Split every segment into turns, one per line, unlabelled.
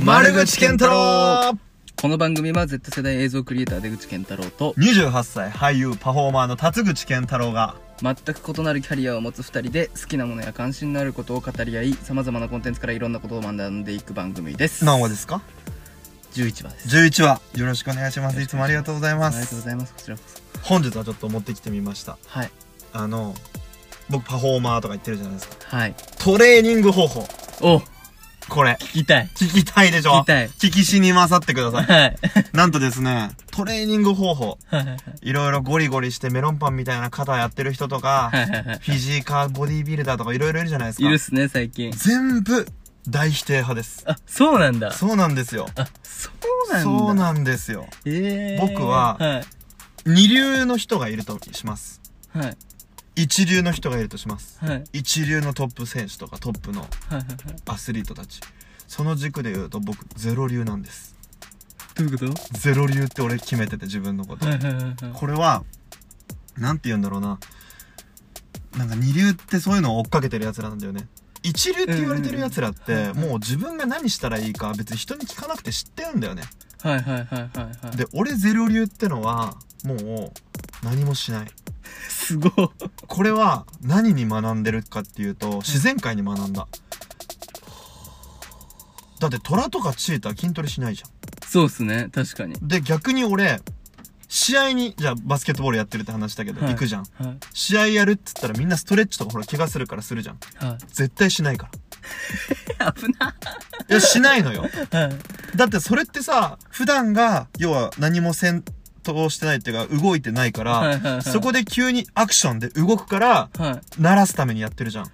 丸口健太郎
この番組は Z 世代映像クリエイター出口健太郎と
!28 歳俳優パフォーマーの辰口健太郎が
全く異なるキャリアを持つ2人で好きなものや関心のあることを語り合いさまざまなコンテンツからいろんなことを学んでいく番組です
何話ですか
11話です
?11 話よろしくお願いしますいつもありがとうござい
あ
ま
りがとうご
す
ざいますこちらこそ
本日はちょっと持ってきてみました
はい
あの僕パフォーマーとか言ってるじゃないですか
はい
トレーニング方法
お聞
これ
きたい
聞きたいでしょ
聞きたい
聞きしに勝ってください
はい
なんとですねトレーニング方法
はいはい
いろいろゴリゴリしてメロンパンみたいな肩やってる人とか
はいはいはい
フィジーカーボディービルダーとかいろいろいるじゃないです
い
か
るっすね最近
全部大否定派です
あそうなんだ
そうなんですよ
あそうなんだ
そうなんですよ
えー、
僕は
は
二流の人がいるとします
いはい
一流の人がいるとします
はいはい
一流のトップ選手とかトップの
はいはい
アスリートたちその軸で言うと僕ゼロ流なんです
どういうこ
ゼロ流って俺決めてて自分のこと
とはいはいはいはい
これはなんて言うんだろうななんか二流ってそういうのを追っかけてるやつらなんだよね一流って言われてるやつらっ
うんうん
て
うん
もう自分が何したらいいか別に人に聞かなくて知ってるんだよね
はいはいはいはいはい
で俺ゼロ流ってのはもう何もしない
すごい
これは何に学んでるかっていうと自然界に学んだだって虎とかチーター筋トレしないじゃ
そうっすね確かに
んで逆に俺試合にじゃあバスケットボールやってるって話だけど、
はい
行くじゃん
はい
試合やるっつったらみんなストレッチとかほら怪我するからするじゃん
はい
絶対しないか
危な
らいやしないのよ
はい
だってそれってさ普段が要は何も戦闘してないっていうか動いてないから、
はいはいはい
そこで急にアクションで動くから
はい
鳴らすためにやってるじゃん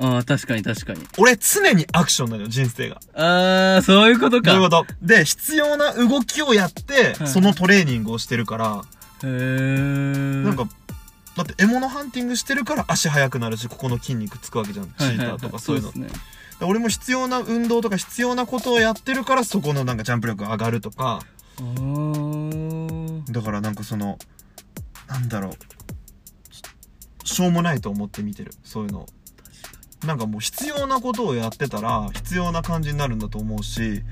ああ確かに確かに
俺常にアクションなのよ人生が
ああそういうことか
そういうことで必要な動きをやって、
はい
そのトレーニングをしてるから、
へえ
なんかだって獲物ハンティングしてるから足速くなるしここの筋肉つくわけじゃん、チーターとかそういうの
ですね
で俺も必要な運動とか必要なことをやってるからそこのなんかジャンプ力が上がるとか
あー
だからなんかそのなんだろうししょうもないと思って見てるそういうのをなんかもう必要なことをやってたら必要な感じになるんだと思うし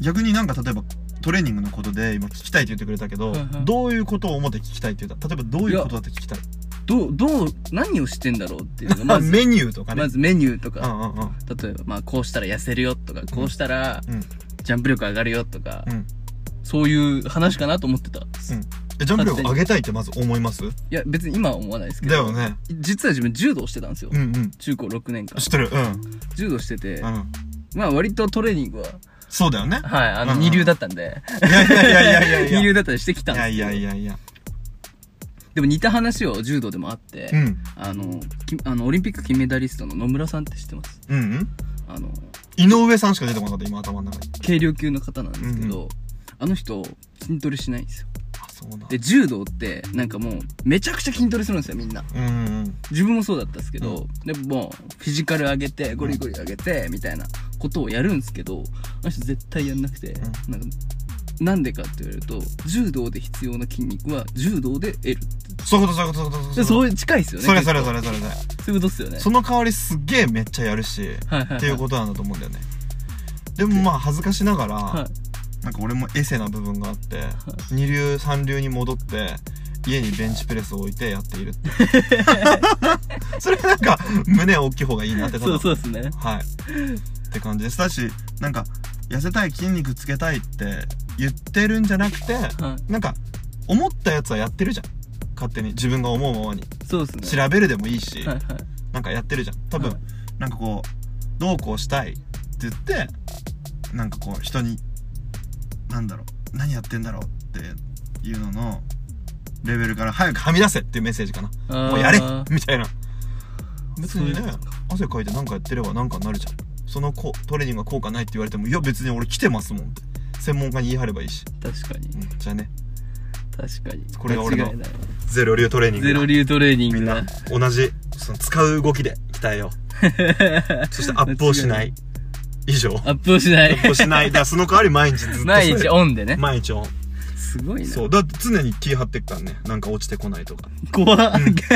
逆になんか例えばトレーニングのことで今聞きたいって言ってくれたけど
はいはい
どういうことを思って聞きたいって言った例えばどういうことだって聞きたい
どうどう何をしてんだろうっていうのが
まあ
まず、
メニューとかね、
まずメニューと
う
か、
んうんうん
例えばまあこうしたら痩せるよとかこうしたら、
うん
ジャンプ力上がるよとか、
うん
そういう話かなと思ってた、い
えジャンプ力上げたいってまず思います
や別に今は思わないですけ
だ
ど
よね
実は自分柔道してたんですよ、
うんうん
中高6年間
知ってるうん
柔道してて、
うん
まあ割とトレーニングは
そうだよ ね
はいあの
うんうん
二流だったんで、
いやいやいやいやいや
二
いや
流だったりしてきたん
い
です
や
けど
いやいやいや
でも似た話を柔道でもあって、
うん
あのきあのオリンピック金メダリストの野村さんって知ってます
うんうん
あの
井上さんしか出てこなかった今頭の中に
軽量級の方なんですけど、
うん
あの人筋トレしないんですよ
あそうなんだ
で柔道ってなんかもうめちゃくちゃ筋トレするんですよみんな
うんうん
自分もそうだったんですけど、でもうフィジカル上げてゴリゴリ上げてみたいなことをやるんですけどあの人絶対やんなくて、
う
なんかなんでかって言われると柔道で必要な筋肉は柔道で得る
そういうことそういうことそういうこと
で
そういうこ
そういう近いですよ
と
ね
それ
結
それ
構
それそれそれ
そういうことっすよね
その代わりすっげえめっちゃやるしっ
はいはい、はい、
ていうことなんだと思うんだよねでもまあ恥ずかしなが
はい
らなんか俺もエセな部分があって二流三流に戻って家にベンチプレスを置いてやっているって それなんか胸大きい方がいいなってただ
そうそうですね
はい。って感じです。だし、なんか、痩せたい、筋肉つけたいって言ってるんじゃなくて、
は
なんか、思ったやつはやってるじゃん。勝手に、自分が思うままに。
いそうですね
調べるでもいいし、
はいはい
なんかやってるじゃん。多
は
分
い、
なんかこう、どうこうしたいって言って、なんかこう、人に、なんだろう、何やってんだろうっていうのの、レベルから早くはみ出せっていうメッセージかな。
あー
もうやれみたいな別に
そういう
ね汗かいてなんかやってればなんかなるじゃんそのこトレーニングが効果ないって言われてもいや別に俺来てますもんって専門家に言い張ればいいし、
確かに
うん、じゃあね
確かに
これが俺の
間違いない
ゼロ流トレーニング
ゼロ流トレーニン
み
グ
ん
だ
な同じその使う動きで鍛えよ うそしてアップをしない以上ア
アップをしない
ップをしないだからその代わり毎日ずっとそれ
毎日オンでね
毎日オン
すごいな
そうだって常に気張ってっからねなんか落ちてこないとか
怖っ
うんちょっ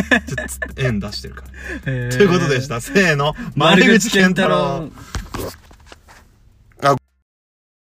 と円出してるから
と
ということでした。せーの、
丸
丸
口
口
健
健
太
太
郎
郎。